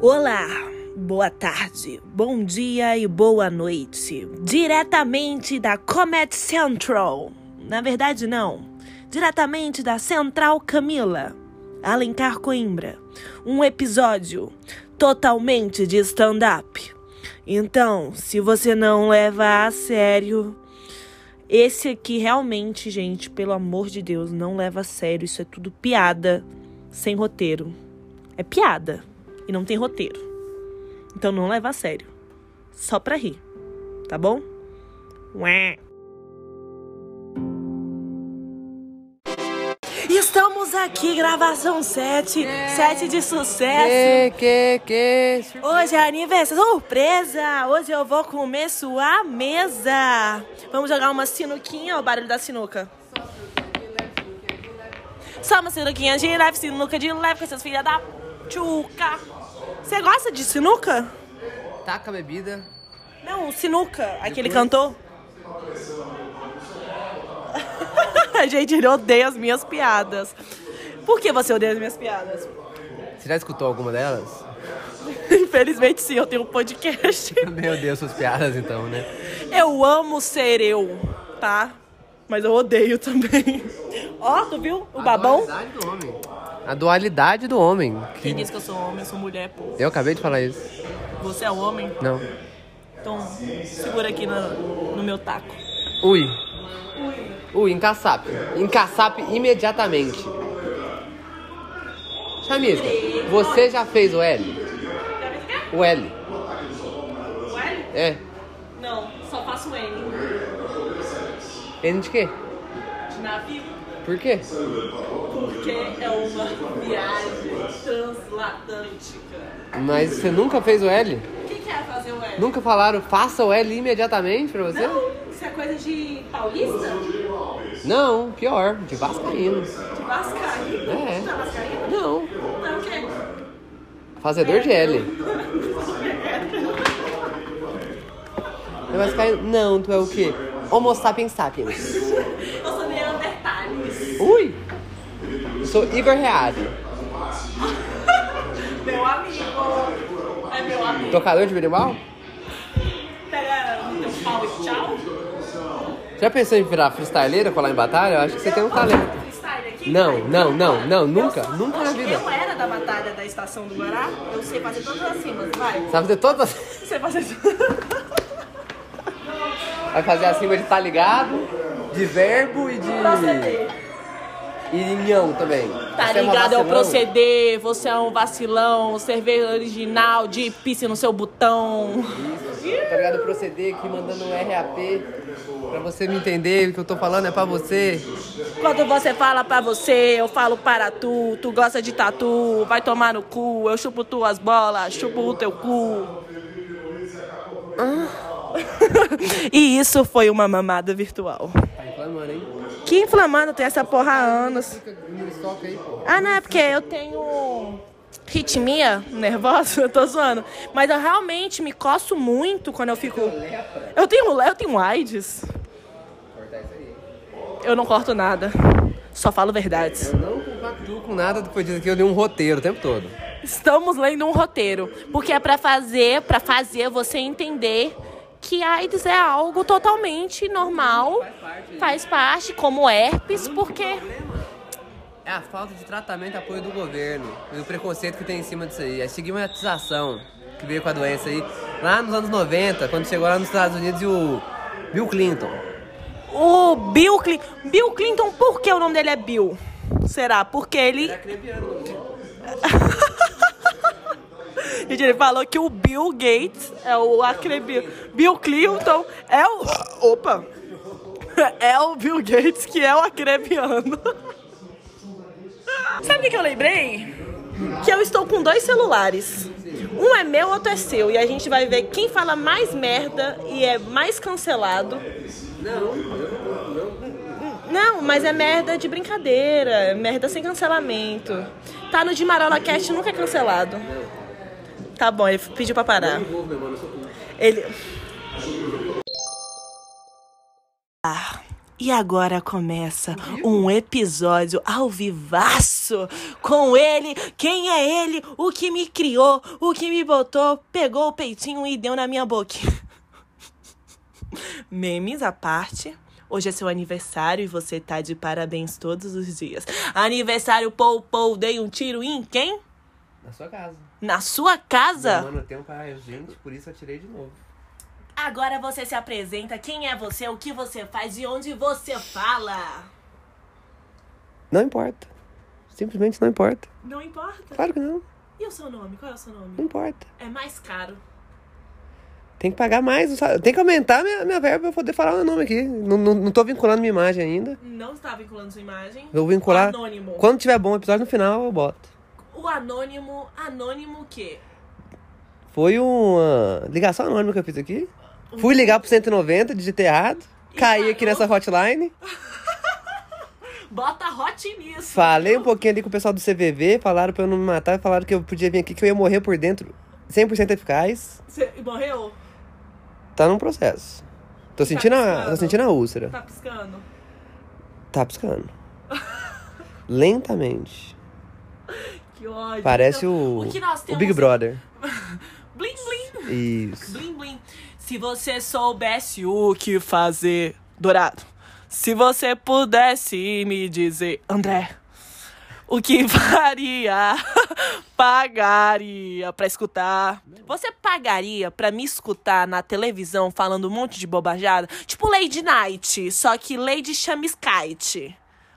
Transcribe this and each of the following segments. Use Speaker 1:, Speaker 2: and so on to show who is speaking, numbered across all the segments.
Speaker 1: Olá, boa tarde, bom dia e boa noite. Diretamente da Comet Central. Na verdade, não. Diretamente da Central Camila, Alencar Coimbra. Um episódio totalmente de stand-up. Então, se você não leva a sério. Esse aqui realmente, gente, pelo amor de Deus, não leva a sério. Isso é tudo piada sem roteiro. É piada e não tem roteiro. Então não leva a sério. Só pra rir, tá bom? Ué. Estamos aqui, gravação 7, 7 de sucesso.
Speaker 2: Que, que, que.
Speaker 1: Hoje é aniversário. Surpresa! Hoje eu vou comer sua mesa. Vamos jogar uma sinuquinha ou o barulho da sinuca? Só uma sinuquinha de leve, sinuca de leve com essas filhas da tchuca. Você gosta de sinuca?
Speaker 2: Taca a bebida.
Speaker 1: Não, sinuca. Aquele cantor. Gente, ele odeia as minhas piadas. Por que você odeia as minhas piadas?
Speaker 2: Você já escutou alguma delas?
Speaker 1: Infelizmente, sim, eu tenho um podcast.
Speaker 2: Meu Deus, suas piadas então, né?
Speaker 1: Eu amo ser eu, tá? Mas eu odeio também. Ó, tu viu o babão?
Speaker 2: A dualidade do homem. A dualidade do homem.
Speaker 1: Quem
Speaker 2: Que...
Speaker 1: disse que eu sou homem, eu sou mulher, pô.
Speaker 2: Eu acabei de falar isso.
Speaker 1: Você é homem,
Speaker 2: Não.
Speaker 1: então segura aqui na- no, meu taco.
Speaker 2: Ui. Ui, encaçape. Encaçape imediatamente. Chamisca, você já fez o L? O L.
Speaker 1: O L?
Speaker 2: É.
Speaker 1: Não, só faço o N.
Speaker 2: N de quê?
Speaker 1: De navio,
Speaker 2: Por quê?
Speaker 1: porque é uma viagem transatlântica.
Speaker 2: Mas você nunca fez o L?
Speaker 1: O que quer fazer o L?
Speaker 2: Nunca falaram faça o L imediatamente pra você?
Speaker 1: Não, isso é coisa de paulista?
Speaker 2: Não, pior, de vascaínos.
Speaker 1: De vascaíno?
Speaker 2: É.
Speaker 1: Não é vascaíno?
Speaker 2: Não,
Speaker 1: Não, o quê?
Speaker 2: fazedor de L. É vascaíno? Não, tu é o quê? Homo sapiens sapiens.
Speaker 1: Eu sou Neandertalis.
Speaker 2: Ui! Sou Igor Reale,
Speaker 1: Meu amigo. É meu amigo.
Speaker 2: tocador de berimbau?
Speaker 1: Pega no teu pau e tchau.
Speaker 2: Já pensou em virar freestyleira, colar em batalha? Eu acho que você tem um talento.
Speaker 1: Freestyle aqui?
Speaker 2: Não,
Speaker 1: Vai,
Speaker 2: não, não, não,
Speaker 1: Eu
Speaker 2: nunca,
Speaker 1: sou-
Speaker 2: nunca na
Speaker 1: Oxe,
Speaker 2: vida.
Speaker 1: Eu era da batalha da Estação do Guará. Eu sei fazer todas as rimas, vai.
Speaker 2: Sabe fazer todas?
Speaker 1: Você fazer tudo.
Speaker 2: Vai fazer a cima de tá ligado, de verbo e
Speaker 1: é
Speaker 2: de.
Speaker 1: Proceder.
Speaker 2: E nhão também.
Speaker 1: Tá
Speaker 2: Você uma
Speaker 1: ligado, é o
Speaker 2: vacilão.
Speaker 1: proceder. Você é um vacilão. Cerveja original, de pisse no seu botão.
Speaker 2: Tá ligado? Eu proceder aqui mandando um RAP pra você me entender o que eu tô falando é pra você.
Speaker 1: Quando você fala pra você, eu falo para tu. Tu gosta de tatu, vai tomar no cu. Eu chupo tuas bolas, chupo o teu cu. e isso foi uma mamada virtual.
Speaker 2: Tá reclamando, hein?
Speaker 1: Que inflamando tem essa porra há anos.
Speaker 2: Fica no estoque aí, pô.
Speaker 1: Ah, não, é porque eu tenho ritmia nervosa, eu tô zoando. Mas eu realmente me coço muito quando eu fico. Eu tenho, le- eu tenho AIDS.
Speaker 2: Cortar isso aí.
Speaker 1: Eu não corto nada. Só falo verdades.
Speaker 2: Eu não compactuo com nada do que foi dito aqui, eu li um roteiro o tempo todo.
Speaker 1: Estamos lendo um roteiro, porque é pra fazer, para fazer você entender que AIDS é algo totalmente normal, faz parte, como herpes, porque
Speaker 2: É a falta de tratamento e apoio do governo e o preconceito que tem em cima disso aí. A estigmatização que veio com a doença aí lá nos anos 90, quando chegou lá nos Estados Unidos e o Bill Clinton.
Speaker 1: o Bill Clinton, Bill Clinton, por que o nome dele é Bill? Será? Porque ele, gente, ele falou que o Bill Gates é o acrebi, Bill Clinton é o, opa, é o Bill Gates que é o acrebiano. Sabe o que que eu lembrei? Que eu estou com dois celulares. Um é meu, outro é seu. E a gente vai ver quem fala mais merda e é mais cancelado. Não, mas é merda de brincadeira, é merda sem cancelamento. Tá no Dimarola Cast nunca é cancelado. Tá bom, ele pediu pra parar. Ele. Ah, E agora começa um episódio ao vivaço com ele. Quem é ele? O que me criou, o que me botou, pegou o peitinho e deu na minha boquinha. Memes à parte. Hoje é seu aniversário e você tá de parabéns todos os dias. Aniversário, pou, pou, dei um tiro em quem?
Speaker 2: Na sua casa.
Speaker 1: Na sua casa?
Speaker 2: Mano, tem um para gente, por isso eu tirei de novo.
Speaker 1: Agora você se apresenta. Quem é você? O que você faz? De onde você fala?
Speaker 2: Não importa. Simplesmente não importa.
Speaker 1: Não importa.
Speaker 2: Claro que não.
Speaker 1: E o seu nome? Qual é o seu nome?
Speaker 2: Não importa.
Speaker 1: É mais caro.
Speaker 2: Tem que pagar mais. o salário. Tem que aumentar minha, minha verba pra eu poder falar o meu nome aqui. Não, não, não tô vinculando minha imagem ainda.
Speaker 1: Não está vinculando sua imagem.
Speaker 2: Eu vou vincular.
Speaker 1: O anônimo.
Speaker 2: Quando tiver bom o episódio no final, eu boto.
Speaker 1: O anônimo, anônimo o quê?
Speaker 2: Foi uma ligação anônima que eu fiz aqui. Fui ligar pro 190, digitei errado. Caí aqui nessa hotline.
Speaker 1: Bota hot nisso.
Speaker 2: Falei um pouquinho ali com o pessoal do CVV. Falaram pra eu não me matar. Falaram que eu podia vir aqui, que eu ia morrer por dentro. 100% eficaz.
Speaker 1: Você morreu?
Speaker 2: Tá num processo. Tô sentindo, a, tô
Speaker 1: Tá piscando?
Speaker 2: sentindo a úlcera.
Speaker 1: Tá piscando?
Speaker 2: Tá piscando. Lentamente.
Speaker 1: Que ódio.
Speaker 2: Parece
Speaker 1: Então,
Speaker 2: o,
Speaker 1: o que nós
Speaker 2: o
Speaker 1: temos-
Speaker 2: Big Brother.
Speaker 1: Blim, blim.
Speaker 2: Isso.
Speaker 1: Blim, blim. Se você soubesse o que fazer, Dourado. Se você pudesse me dizer, André, o que faria? Pagaria pra escutar. Você pagaria pra me escutar na televisão falando um monte de bobajada? Tipo Lady Night, só que Lady Chamiskite.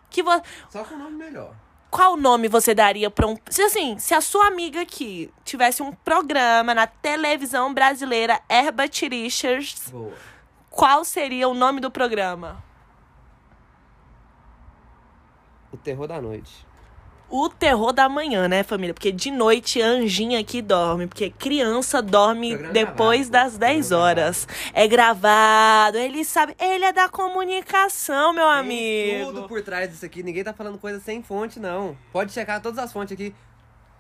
Speaker 1: Que vo...
Speaker 2: Só com o nome melhor.
Speaker 1: Qual nome você daria pra um. Se assim, se a sua amiga aqui tivesse um programa na televisão brasileira Herbert Richards,
Speaker 2: Boa.
Speaker 1: qual seria o nome do programa?
Speaker 2: O terror da noite.
Speaker 1: O terror da manhã, né, família? Porque de noite anjinha aqui dorme. Porque criança dorme
Speaker 2: Programa
Speaker 1: depois
Speaker 2: gravado.
Speaker 1: das 10
Speaker 2: Programa
Speaker 1: horas. É gravado, ele sabe. Ele é da comunicação, meu
Speaker 2: Tem
Speaker 1: amigo.
Speaker 2: Tudo por trás disso aqui. Ninguém tá falando coisa sem fonte, não. Pode checar todas as fontes aqui.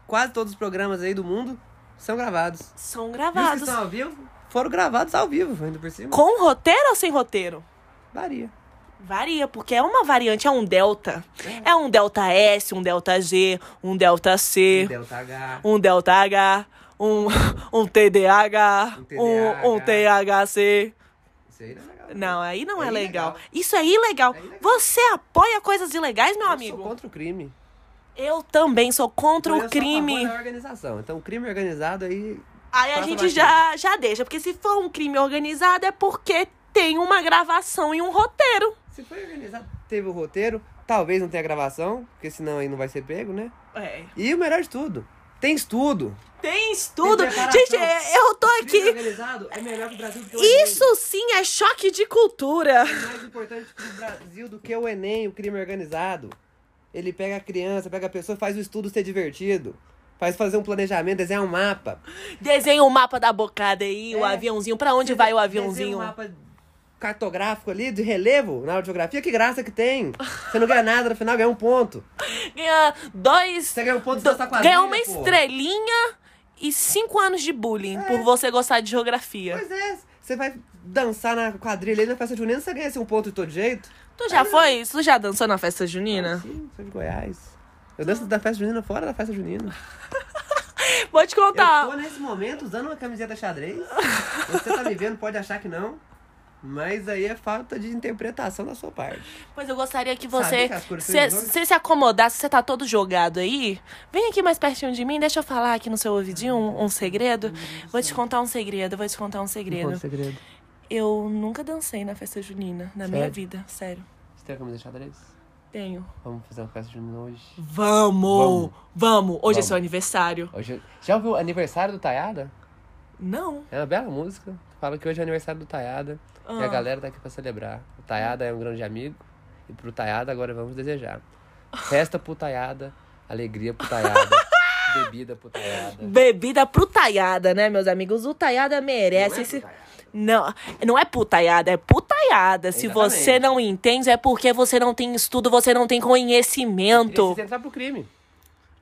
Speaker 2: Quase todos os programas aí do mundo são gravados.
Speaker 1: São
Speaker 2: E os que
Speaker 1: gravados.
Speaker 2: estão ao vivo foram gravados ao vivo, ainda por cima.
Speaker 1: Com roteiro ou sem roteiro?
Speaker 2: Varia.
Speaker 1: Varia, porque é uma variante, é um delta. É, um delta S, um delta G, um delta C,
Speaker 2: Delta H.
Speaker 1: um delta H, um, um TDAH,
Speaker 2: Um
Speaker 1: um, um THC.
Speaker 2: Isso aí não é legal.
Speaker 1: Não, aí não é,
Speaker 2: É
Speaker 1: legal.
Speaker 2: ilegal.
Speaker 1: Isso é ilegal.
Speaker 2: É ilegal.
Speaker 1: Você apoia coisas ilegais, meu
Speaker 2: Eu
Speaker 1: amigo?
Speaker 2: sou contra o crime.
Speaker 1: Eu também sou contra
Speaker 2: Eu sou
Speaker 1: o
Speaker 2: a favor
Speaker 1: crime.
Speaker 2: da organização. Então, o crime organizado aí.
Speaker 1: Aí a
Speaker 2: Passa
Speaker 1: gente
Speaker 2: batido.
Speaker 1: já, já deixa, porque se for um crime organizado é porque tem uma gravação e um roteiro.
Speaker 2: Se foi organizado, teve o roteiro. Talvez não tenha gravação, porque senão aí não vai ser pego, né?
Speaker 1: É.
Speaker 2: E o melhor de tudo, tem estudo.
Speaker 1: Tem estudo.
Speaker 2: Tem preparação.
Speaker 1: Gente, é- eu tô aqui.
Speaker 2: Crime organizado é melhor que o Brasil do que o Enem.
Speaker 1: Isso sim é choque de cultura.
Speaker 2: É mais importante pro Brasil do que o Enem, o crime organizado. Ele pega a criança, pega a pessoa, faz o estudo ser divertido. Faz fazer um planejamento, desenhar um mapa.
Speaker 1: Desenha o mapa da bocada aí, o
Speaker 2: É.
Speaker 1: aviãozinho. Pra onde vai o
Speaker 2: Desenha
Speaker 1: aviãozinho?
Speaker 2: um mapa cartográfico ali, de relevo, na aula de geografia. Que graça que tem. Você não ganha nada, no final ganha um ponto.
Speaker 1: Ganha dois.
Speaker 2: Você ganha um ponto
Speaker 1: do-
Speaker 2: dessa quadrilha,
Speaker 1: ganha uma
Speaker 2: pô.
Speaker 1: estrelinha e cinco anos de
Speaker 2: É.
Speaker 1: bullying por você gostar de geografia.
Speaker 2: Pois é, você vai dançar na quadrilha ali na festa junina, você ganha assim, um ponto de todo jeito.
Speaker 1: Tu
Speaker 2: é.
Speaker 1: já foi? Tu já dançou na festa junina?
Speaker 2: Sim, sou de Goiás. Eu danço da festa junina fora da festa junina.
Speaker 1: Vou te
Speaker 2: Eu tô
Speaker 1: contar.
Speaker 2: nesse momento usando uma camiseta xadrez. Você tá me vendo, pode achar que não. Mas aí é falta de interpretação da sua parte.
Speaker 1: Mas eu gostaria que
Speaker 2: Sabia
Speaker 1: você
Speaker 2: que as cores
Speaker 1: se,
Speaker 2: são iguais?
Speaker 1: se, se acomodasse, você tá todo jogado aí. Vem aqui mais pertinho de mim, deixa eu falar aqui no seu ouvidinho um, um segredo.
Speaker 2: Hum,
Speaker 1: Vou te contar um segredo, vou te contar um segredo.
Speaker 2: segredo.
Speaker 1: Eu nunca dancei na festa junina, na minha
Speaker 2: Sério?
Speaker 1: vida, sério.
Speaker 2: Você tem a camisa xadrez?
Speaker 1: Tenho.
Speaker 2: Vamos fazer uma festa junina hoje.
Speaker 1: Vamos! Vamos! Hoje é
Speaker 2: Vamos.
Speaker 1: seu aniversário.
Speaker 2: hoje... Já ouviu o aniversário do Taiada?
Speaker 1: Não.
Speaker 2: É uma bela música. Fala que hoje é aniversário do Taiada. E
Speaker 1: Ah.
Speaker 2: a galera tá aqui pra celebrar. O Taiada é um grande amigo. E pro Taiada agora vamos desejar. Festa pro Taiada. Alegria pro Taiada. bebida pro Taiada.
Speaker 1: Bebida pro Taiada, né, meus amigos? O Taiada merece
Speaker 2: É. Não é
Speaker 1: esse.
Speaker 2: pro Taiada.
Speaker 1: Não, não é putaiada, é putaiada. Se
Speaker 2: Exatamente.
Speaker 1: você não entende, é porque você não tem estudo, você não tem conhecimento
Speaker 2: Precisa entrar pro crime.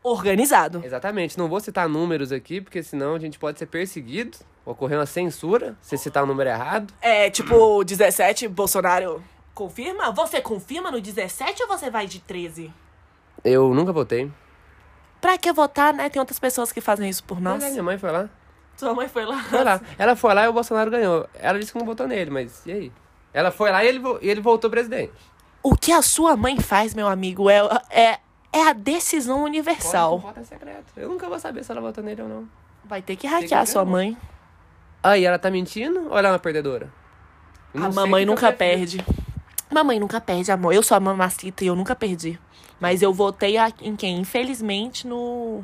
Speaker 1: organizado.
Speaker 2: Exatamente. Não vou citar números aqui, porque senão a gente pode ser perseguido. Ocorrer uma censura se citar o número errado.
Speaker 1: É tipo 17, Bolsonaro. Confirma? Você confirma no 17 ou você vai de 13?
Speaker 2: Eu nunca votei.
Speaker 1: Pra que votar, né? Tem outras pessoas que fazem isso por
Speaker 2: Mas
Speaker 1: nós.
Speaker 2: a minha mãe foi lá.
Speaker 1: Sua mãe foi lá.
Speaker 2: Foi lá. Ela foi lá e o Bolsonaro ganhou. Ela disse que não votou nele, mas e aí? Ela foi lá e ele, vo- e ele voltou presidente.
Speaker 1: O que a sua mãe faz, meu amigo, é, é, é a decisão
Speaker 2: Sal.
Speaker 1: universal.
Speaker 2: Voto é secreto. Eu nunca vou saber se ela votou nele ou não.
Speaker 1: Vai ter que
Speaker 2: que
Speaker 1: hackear a sua
Speaker 2: ganhar.
Speaker 1: mãe.
Speaker 2: Aí, ela tá mentindo ou ela é uma perdedora? Eu não
Speaker 1: A
Speaker 2: sei o
Speaker 1: mamãe
Speaker 2: que que eu
Speaker 1: nunca
Speaker 2: prefiro.
Speaker 1: perde. Mamãe nunca perde, amor. Eu sou a mamacita e eu nunca perdi. Mas eu votei a- em quem? Infelizmente, no.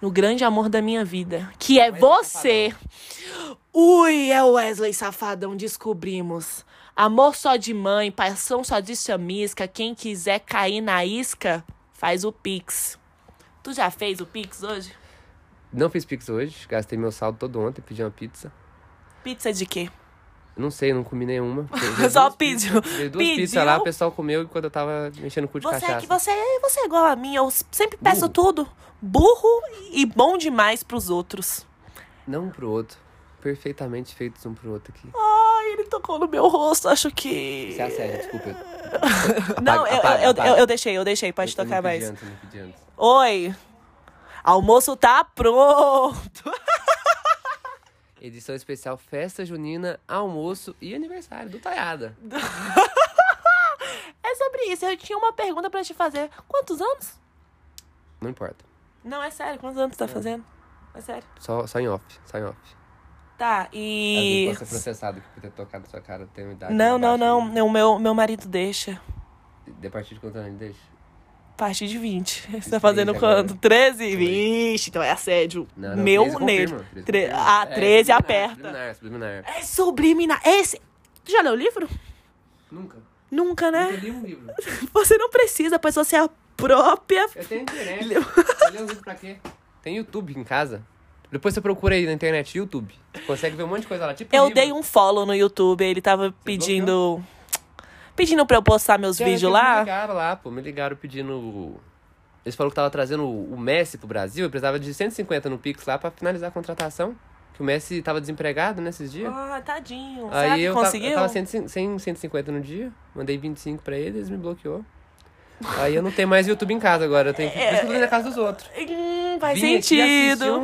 Speaker 1: No grande amor da minha vida. Que é
Speaker 2: Wesley
Speaker 1: você! Ui, é o Wesley Safadão, descobrimos. Amor só de mãe, paixão só de chamisca. Quem quiser cair na isca, faz o Pix. Tu já fez o Pix hoje?
Speaker 2: Não fiz pix hoje, gastei meu saldo todo ontem, pedi uma pizza.
Speaker 1: Pizza de quê?
Speaker 2: Não sei, não comi nenhuma. Veio
Speaker 1: Só
Speaker 2: duas
Speaker 1: pediu.
Speaker 2: pizzas- veio duas pizzas lá, o pessoal comeu e quando eu tava mexendo o cu de
Speaker 1: Você
Speaker 2: cachaça.
Speaker 1: é que você, você é igual a mim, eu sempre peço
Speaker 2: Burro.
Speaker 1: tudo. Burro e bom demais pros outros.
Speaker 2: Não um pro outro. Perfeitamente feitos um pro outro aqui.
Speaker 1: Ai, ele tocou no meu rosto, acho que.
Speaker 2: Isso é a sério, desculpa.
Speaker 1: Não,
Speaker 2: Apaga,
Speaker 1: eu,
Speaker 2: apaga,
Speaker 1: eu,
Speaker 2: apaga.
Speaker 1: eu, eu deixei, eu deixei, pode
Speaker 2: Eu
Speaker 1: tocar
Speaker 2: não pedi
Speaker 1: mais.
Speaker 2: antes, eu não pedi antes.
Speaker 1: Oi! Almoço tá pronto!
Speaker 2: Edição especial Festa Junina, Almoço e Aniversário do Taiada.
Speaker 1: É sobre isso, eu tinha uma pergunta pra te fazer. Quantos anos?
Speaker 2: Não importa.
Speaker 1: Não, é sério, quantos anos tu tá fazendo? É sério.
Speaker 2: Só, só em off, só em off.
Speaker 1: Tá,
Speaker 2: Às vezes
Speaker 1: e.
Speaker 2: pode ser processado que por ter tocado na sua cara tem uma idade.
Speaker 1: Não, não,
Speaker 2: mais baixa
Speaker 1: não, o meu, meu marido deixa.
Speaker 2: que- De partir de quantos anos deixa?
Speaker 1: Parte de 20. Você tá
Speaker 2: Três
Speaker 1: fazendo
Speaker 2: agora.
Speaker 1: quanto? 13?
Speaker 2: Dois.
Speaker 1: Vixe, então é assédio.
Speaker 2: Não, não,
Speaker 1: Meu
Speaker 2: 13
Speaker 1: nele.
Speaker 2: confirma, 13
Speaker 1: Tre-
Speaker 2: confirma.
Speaker 1: ah,
Speaker 2: É,
Speaker 1: 13
Speaker 2: subliminar,
Speaker 1: aperta.
Speaker 2: Subliminar, subliminar.
Speaker 1: É subliminar. Esse. Tu já leu o livro?
Speaker 2: Nunca.
Speaker 1: Nunca,
Speaker 2: Nunca
Speaker 1: né?
Speaker 2: li um livro.
Speaker 1: Você não precisa, pois você é a própria.
Speaker 2: Eu tenho um internet. Eu li um livro pra quê? Tem YouTube em casa. Depois você procura aí na internet, YouTube. Você consegue ver um monte de coisa lá. Tipo
Speaker 1: Eu
Speaker 2: livro.
Speaker 1: dei um follow no YouTube, ele tava pedindo. Pedindo pra eu postar meus
Speaker 2: Cara,
Speaker 1: vídeos
Speaker 2: eles Me
Speaker 1: lá.
Speaker 2: ligaram lá, pô. Me ligaram pedindo... Eles falaram que tava trazendo o o Messi pro Brasil. Eu precisava de 150 no Pix lá pra finalizar a contratação. Que o Messi tava desempregado nesses dias.
Speaker 1: Ah, tadinho. Será
Speaker 2: Aí
Speaker 1: que
Speaker 2: eu, tava-
Speaker 1: conseguiu?
Speaker 2: eu tava 100, 100, 150 no dia, mandei 25 pra ele, eles me bloqueou. Aí eu não tenho mais YouTube em casa agora, eu tenho que
Speaker 1: É,
Speaker 2: por isso que eu tô na casa dos outros.
Speaker 1: Hum, faz
Speaker 2: Vim aqui assistir
Speaker 1: sentido.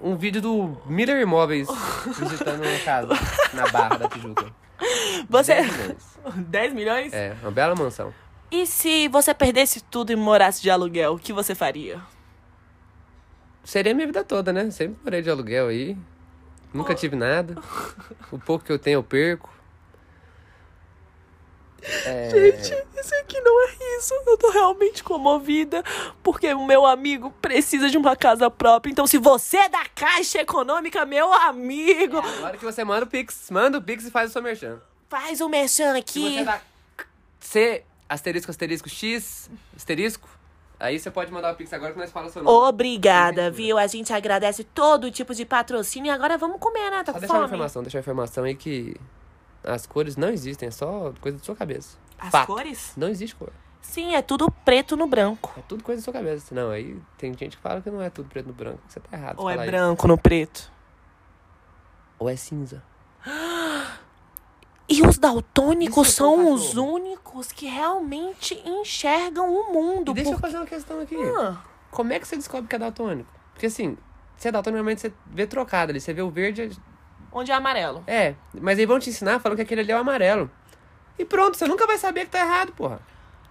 Speaker 2: um, um vídeo do Miller Imóveis visitando uma casa na Barra da Tijuca.
Speaker 1: Você.
Speaker 2: 10 milhões.
Speaker 1: 10 milhões?
Speaker 2: É, uma bela mansão.
Speaker 1: E se você perdesse tudo e morasse de aluguel, o que você faria?
Speaker 2: Seria minha vida toda, né? Sempre morei de aluguel aí. Nunca tive nada. O pouco que eu tenho eu perco. É...
Speaker 1: Gente, isso aqui não é riso. Eu tô realmente comovida, porque o meu amigo precisa de uma casa própria. Então, se você é da Caixa Econômica, meu amigo,
Speaker 2: Agora que você manda o Pix, manda o Pix e faz o seu merchan.
Speaker 1: faz o merchan
Speaker 2: Se
Speaker 1: aqui.
Speaker 2: você dá C, asterisco, asterisco, X, asterisco, aí você pode mandar o Pix agora que nós falamos seu nome.
Speaker 1: Obrigada, viu? A gente agradece todo tipo de patrocínio. E agora vamos comer, né? Tá
Speaker 2: Só
Speaker 1: com
Speaker 2: deixar uma
Speaker 1: fome?
Speaker 2: informação, deixar uma informação aí que as cores não existem, é só coisa da sua cabeça.
Speaker 1: As
Speaker 2: Fato.
Speaker 1: cores?
Speaker 2: Não existe cor.
Speaker 1: Sim, é tudo preto no branco.
Speaker 2: É tudo coisa da sua cabeça. Não, aí tem gente que fala que não é tudo preto no branco. Você tá errado.
Speaker 1: Ou é
Speaker 2: falar isso.
Speaker 1: branco no preto?
Speaker 2: Ou é cinza.
Speaker 1: E os daltônicos
Speaker 2: Isso é um
Speaker 1: são os
Speaker 2: cachorro.
Speaker 1: únicos que realmente enxergam o mundo.
Speaker 2: E deixa eu
Speaker 1: por-
Speaker 2: fazer uma questão aqui.
Speaker 1: Ah.
Speaker 2: Como é que você descobre que é daltônico? Porque assim, se é daltônico, normalmente você vê trocado ali. Você vê o verde,
Speaker 1: Onde é amarelo?
Speaker 2: É, mas aí vão te ensinar falando que aquele ali é o amarelo. E pronto, você nunca vai saber que tá errado, porra.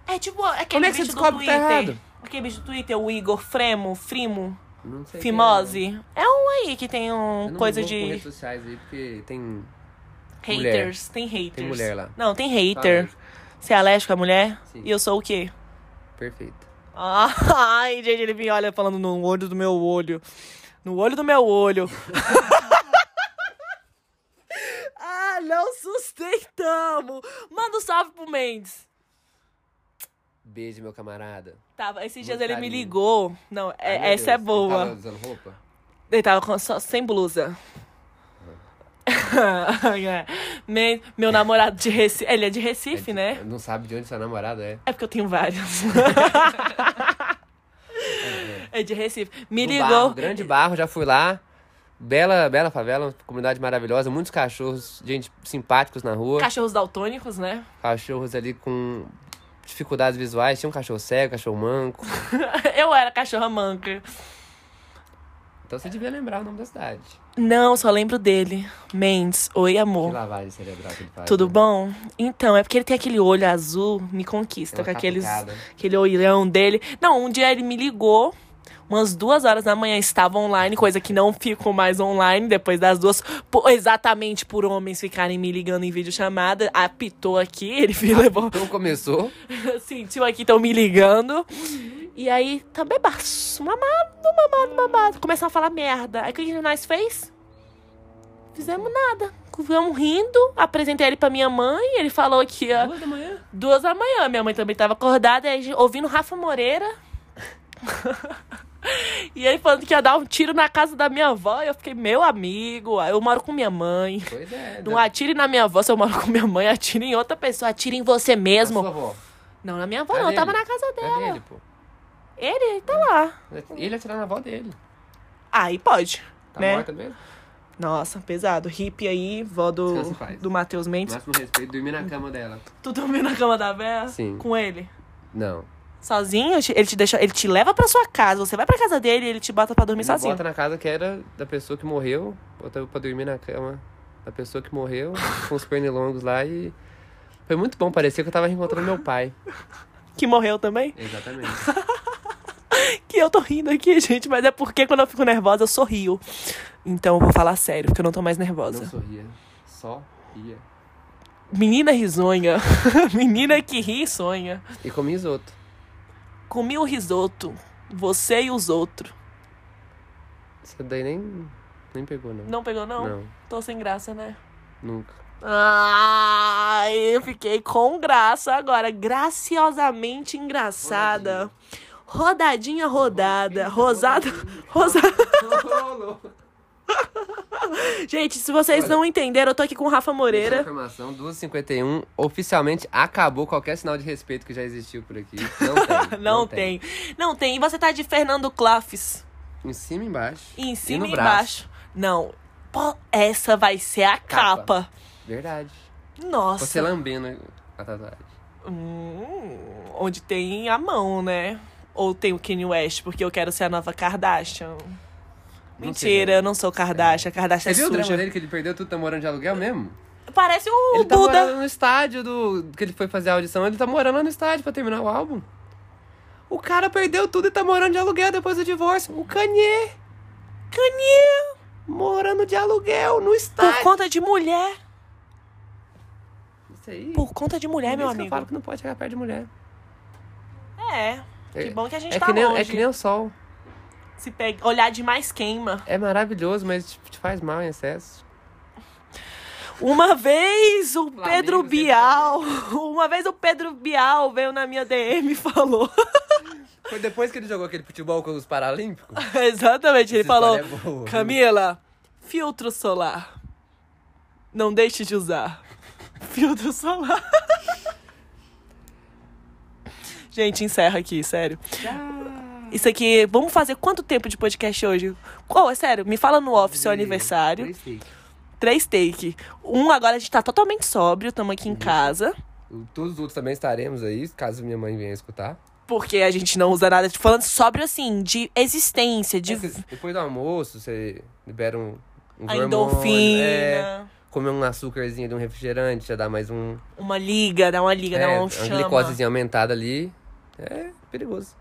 Speaker 1: É tipo aquele
Speaker 2: Como é que
Speaker 1: bicho
Speaker 2: você
Speaker 1: do
Speaker 2: descobre que tá
Speaker 1: Twitter.
Speaker 2: errado?
Speaker 1: Aquele bicho do Twitter, o Igor Fremo, Frimo,
Speaker 2: Não sei
Speaker 1: Fimose. É um aí que tem um coisa de
Speaker 2: redes sociais aí, porque tem... mulher.
Speaker 1: haters. Tem haters.
Speaker 2: Tem mulher lá. Ah,
Speaker 1: Não, tem hater. Você é alérgico à mulher?
Speaker 2: Sim.
Speaker 1: E eu sou o quê?
Speaker 2: Perfeito.
Speaker 1: Ah, Ai, gente, ele me olha falando no olho do meu olho. No olho do meu olho. ah, não sustentamos. Manda um salve pro Mendes.
Speaker 2: Beijo, meu camarada.
Speaker 1: Tava, esses
Speaker 2: Muito
Speaker 1: dias ele me
Speaker 2: carinho.
Speaker 1: ligou. Não, é-
Speaker 2: Ai, meu
Speaker 1: essa é
Speaker 2: Deus,
Speaker 1: boa.
Speaker 2: Ele tava usando roupa?
Speaker 1: Ele tava com- só- sem blusa. Me- É. Meu namorado de Recife. Ele é de Recife, né?
Speaker 2: Não sabe de onde sua namorada é.
Speaker 1: É porque eu tenho vários. é de Recife. Me
Speaker 2: Do
Speaker 1: ligou.
Speaker 2: Barro, grande barro, já fui lá. Bela, bela favela, uma comunidade maravilhosa, muitos cachorros, gente simpáticos na rua,
Speaker 1: Cachorros daltônicos, né?
Speaker 2: cachorros ali com dificuldades visuais, tinha um cachorro cego, cachorro manco.
Speaker 1: Eu era cachorra manca.
Speaker 2: Então você devia lembrar o nome da cidade.
Speaker 1: Não, só lembro dele. Mendes, oi
Speaker 2: Que
Speaker 1: amor.
Speaker 2: lavagem cerebral que ele faz.
Speaker 1: Tudo
Speaker 2: né?
Speaker 1: bom? Então, é porque ele tem aquele olho azul, me conquista
Speaker 2: Ela
Speaker 1: com
Speaker 2: tá
Speaker 1: aqueles,
Speaker 2: picada.
Speaker 1: aquele olhão dele. Não, um dia ele me ligou, umas duas horas da manhã, estava online, coisa que não fico mais online depois das duas, po- exatamente por homens ficarem me ligando em videochamada. Apitou aqui, ele me levou,
Speaker 2: Então começou,
Speaker 1: sentiu Assim, aqui, estão me ligando. E aí, tá bebaço, mamado, um mamado, mamado. Começaram a falar merda. Aí o que que nós fez? Fizemos nada. Ficamos rindo, apresentei ele pra minha mãe, ele falou que ia...
Speaker 2: duas da manhã.
Speaker 1: Duas da manhã, minha mãe também tava acordada, aí, ouvindo Rafa Moreira. e ele falando que ia dar um tiro na casa da minha avó. E eu fiquei, meu amigo, eu moro com minha mãe.
Speaker 2: Pois é.
Speaker 1: Não
Speaker 2: da-
Speaker 1: atire na minha avó, se eu moro com minha mãe, atire em outra pessoa, atire em você
Speaker 2: da sua
Speaker 1: mesmo.
Speaker 2: avó.
Speaker 1: Não, na minha avó
Speaker 2: É
Speaker 1: não, eu tava
Speaker 2: dele.
Speaker 1: na casa
Speaker 2: É
Speaker 1: dela.
Speaker 2: dele, pô.
Speaker 1: Ele tá lá.
Speaker 2: Ele atirando na avó dele.
Speaker 1: Aí pode.
Speaker 2: Tá
Speaker 1: Né?
Speaker 2: morta mesmo?
Speaker 1: Nossa, pesado. Hippie aí, vó do,
Speaker 2: Descanse em paz.
Speaker 1: do Matheus Mendes.
Speaker 2: Máximo respeito, dormir na cama dela.
Speaker 1: Tu dormiu na cama da Bela?
Speaker 2: Sim.
Speaker 1: Com ele?
Speaker 2: Não.
Speaker 1: Sozinho, Te- ele te deixa, ele te leva pra sua casa, você vai pra casa dele e ele te bota pra dormir
Speaker 2: Ele
Speaker 1: sozinho.
Speaker 2: Bota na casa que era da pessoa que morreu, bota pra dormir na cama da pessoa que morreu, com os pernilongos lá e. Foi muito bom, parecia que eu tava reencontrando meu pai.
Speaker 1: Que morreu também.
Speaker 2: Exatamente.
Speaker 1: Que eu tô rindo aqui, gente, mas é porque quando eu fico nervosa eu sorrio. Então eu vou falar sério, porque eu não tô mais nervosa.
Speaker 2: Não sorria, só ria.
Speaker 1: Menina risonha. Menina que ri e sonha.
Speaker 2: E comi isoto.
Speaker 1: Comi o risoto, você e os outros.
Speaker 2: Isso daí nem, nem pegou, não.
Speaker 1: Não pegou, não?
Speaker 2: Não,
Speaker 1: Tô sem graça, né?
Speaker 2: nunca.
Speaker 1: Ai, eu fiquei com graça agora. Graciosamente engraçada. Rodadinha rodada. Rosada. Rosada. Gente, se vocês não entenderam, eu tô aqui com o Rafa
Speaker 2: Essa
Speaker 1: Moreira.
Speaker 2: Informação 251 oficialmente acabou qualquer sinal de respeito que já existiu por aqui. Não tem.
Speaker 1: Não tem. Não tem. E você tá de Fernando Clafes.
Speaker 2: Em cima e embaixo.
Speaker 1: Em cima
Speaker 2: no
Speaker 1: e
Speaker 2: braço.
Speaker 1: embaixo. Não. Pô, essa vai ser a
Speaker 2: Capa.
Speaker 1: capa.
Speaker 2: Verdade.
Speaker 1: Nossa.
Speaker 2: Você lambendo a tatuagem.
Speaker 1: Hum, onde tem a mão, né? Ou tem o Kanye West, porque eu quero ser a nova Kardashian.
Speaker 2: Não
Speaker 1: Mentira,
Speaker 2: sei,
Speaker 1: eu não sou Kardashian. Kardashian
Speaker 2: Você
Speaker 1: é
Speaker 2: viu o drama
Speaker 1: suja.
Speaker 2: dele que ele perdeu tudo, tá morando de aluguel mesmo?
Speaker 1: Parece o
Speaker 2: ele tá
Speaker 1: Buda.
Speaker 2: morando no estádio do que ele foi fazer a audição, ele tá morando lá no estádio pra terminar o álbum. O cara perdeu tudo e tá morando de aluguel depois do divórcio. O Kanye
Speaker 1: Kanye!
Speaker 2: morando de aluguel no
Speaker 1: Por
Speaker 2: estádio.
Speaker 1: conta de mulher.
Speaker 2: Isso aí.
Speaker 1: Por conta de mulher,
Speaker 2: É isso
Speaker 1: né, meu
Speaker 2: que Eu
Speaker 1: amigo.
Speaker 2: falo que não pode chegar perto de mulher.
Speaker 1: É. Que
Speaker 2: É-
Speaker 1: bom que a gente
Speaker 2: É
Speaker 1: tá
Speaker 2: que, nem,
Speaker 1: longe.
Speaker 2: é que nem o sol.
Speaker 1: Se pega, olhar demais queima.
Speaker 2: É maravilhoso, mas te, te faz mal em excesso.
Speaker 1: Uma vez o
Speaker 2: Flamengo
Speaker 1: Pedro
Speaker 2: sempre
Speaker 1: Bial, uma vez o Pedro Bial veio na minha DM e falou.
Speaker 2: Foi depois que ele jogou aquele futebol com os Paralímpicos?
Speaker 1: Exatamente, ele
Speaker 2: Essa
Speaker 1: falou:
Speaker 2: história é boa, viu?
Speaker 1: Camila, filtro solar. Não deixe de usar. Filtro solar. Gente, encerra aqui, sério. Isso aqui, vamos fazer quanto tempo de podcast hoje? Qual? é sério, me fala no off seu aniversário. Três take. Um, agora a gente tá totalmente sóbrio, estamos aqui em
Speaker 2: Uhum.
Speaker 1: casa.
Speaker 2: Todos os outros também estaremos aí, caso minha mãe venha escutar.
Speaker 1: Porque a gente não usa nada. Tipo, falando sóbrio assim, de existência, de
Speaker 2: É que depois do almoço, você libera um, um
Speaker 1: a
Speaker 2: hormônio,
Speaker 1: endorfina.
Speaker 2: é, comer um açúcarzinho de um refrigerante, já dá mais um...
Speaker 1: Uma liga, dá uma liga, dá
Speaker 2: é,
Speaker 1: um
Speaker 2: uma
Speaker 1: chama.
Speaker 2: glicosezinha aumentada ali. É perigoso.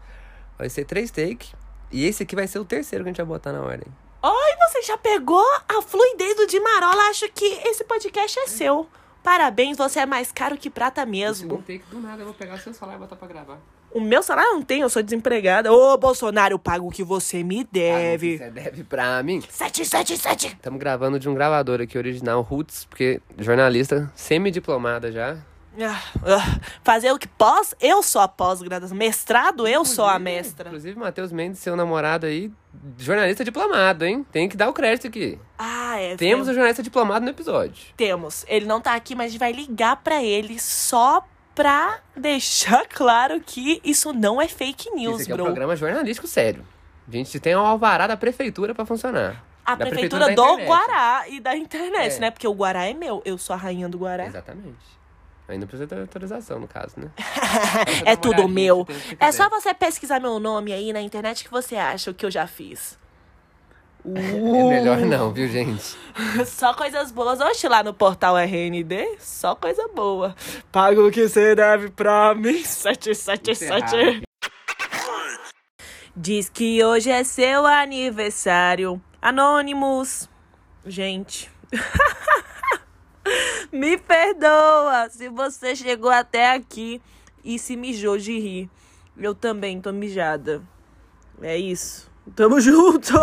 Speaker 2: Vai ser três take. E esse aqui vai ser o terceiro que a gente vai botar na ordem.
Speaker 1: Ai, você já pegou a fluidez do Di Marola. Acho que esse podcast é seu. Parabéns, você é mais caro que prata mesmo.
Speaker 2: take, do nada, eu vou pegar o seu salário e botar pra gravar.
Speaker 1: O meu salário não tem, eu sou desempregada. Ô, Bolsonaro, eu pago o que você me deve.
Speaker 2: Você é deve pra mim.
Speaker 1: 777.
Speaker 2: Estamos gravando de um gravador aqui, original, Roots, porque jornalista semi-diplomada já.
Speaker 1: Ah, ah, Fazer o que pós, eu sou a pós-graduação. Mestrado, eu sou a mestra.
Speaker 2: Inclusive, Matheus Mendes, seu namorado aí, jornalista diplomado, hein? Tem que dar o crédito aqui.
Speaker 1: Ah, é.
Speaker 2: Temos um jornalista diplomado no episódio.
Speaker 1: Temos. Ele não tá aqui, mas a gente vai ligar pra ele só pra deixar claro que isso não é fake news,
Speaker 2: Esse aqui é um
Speaker 1: bro.
Speaker 2: programa jornalístico sério. A gente tem um alvará da prefeitura pra funcionar.
Speaker 1: a
Speaker 2: Da
Speaker 1: prefeitura,
Speaker 2: prefeitura da
Speaker 1: do
Speaker 2: internet.
Speaker 1: Guará e da internet,
Speaker 2: É.
Speaker 1: né? Porque o Guará é meu, eu sou a rainha do Guará.
Speaker 2: Exatamente. Aí não precisa ter autorização, no caso, né? dar
Speaker 1: é
Speaker 2: uma
Speaker 1: tudo
Speaker 2: olhadinha,
Speaker 1: meu.
Speaker 2: você tem o que quiser.
Speaker 1: É só você pesquisar meu nome aí na internet que você acha o que eu já fiz.
Speaker 2: É melhor não, viu, gente?
Speaker 1: Uh, Só coisas boas. Oxe, lá no portal RND, só coisa boa. Paga o que você deve pra mim. 777. Diz que hoje é seu aniversário. Anônimos. Gente. me perdoa se você chegou até aqui e se mijou de rir. Eu também tô mijada. É isso. Tamo junto.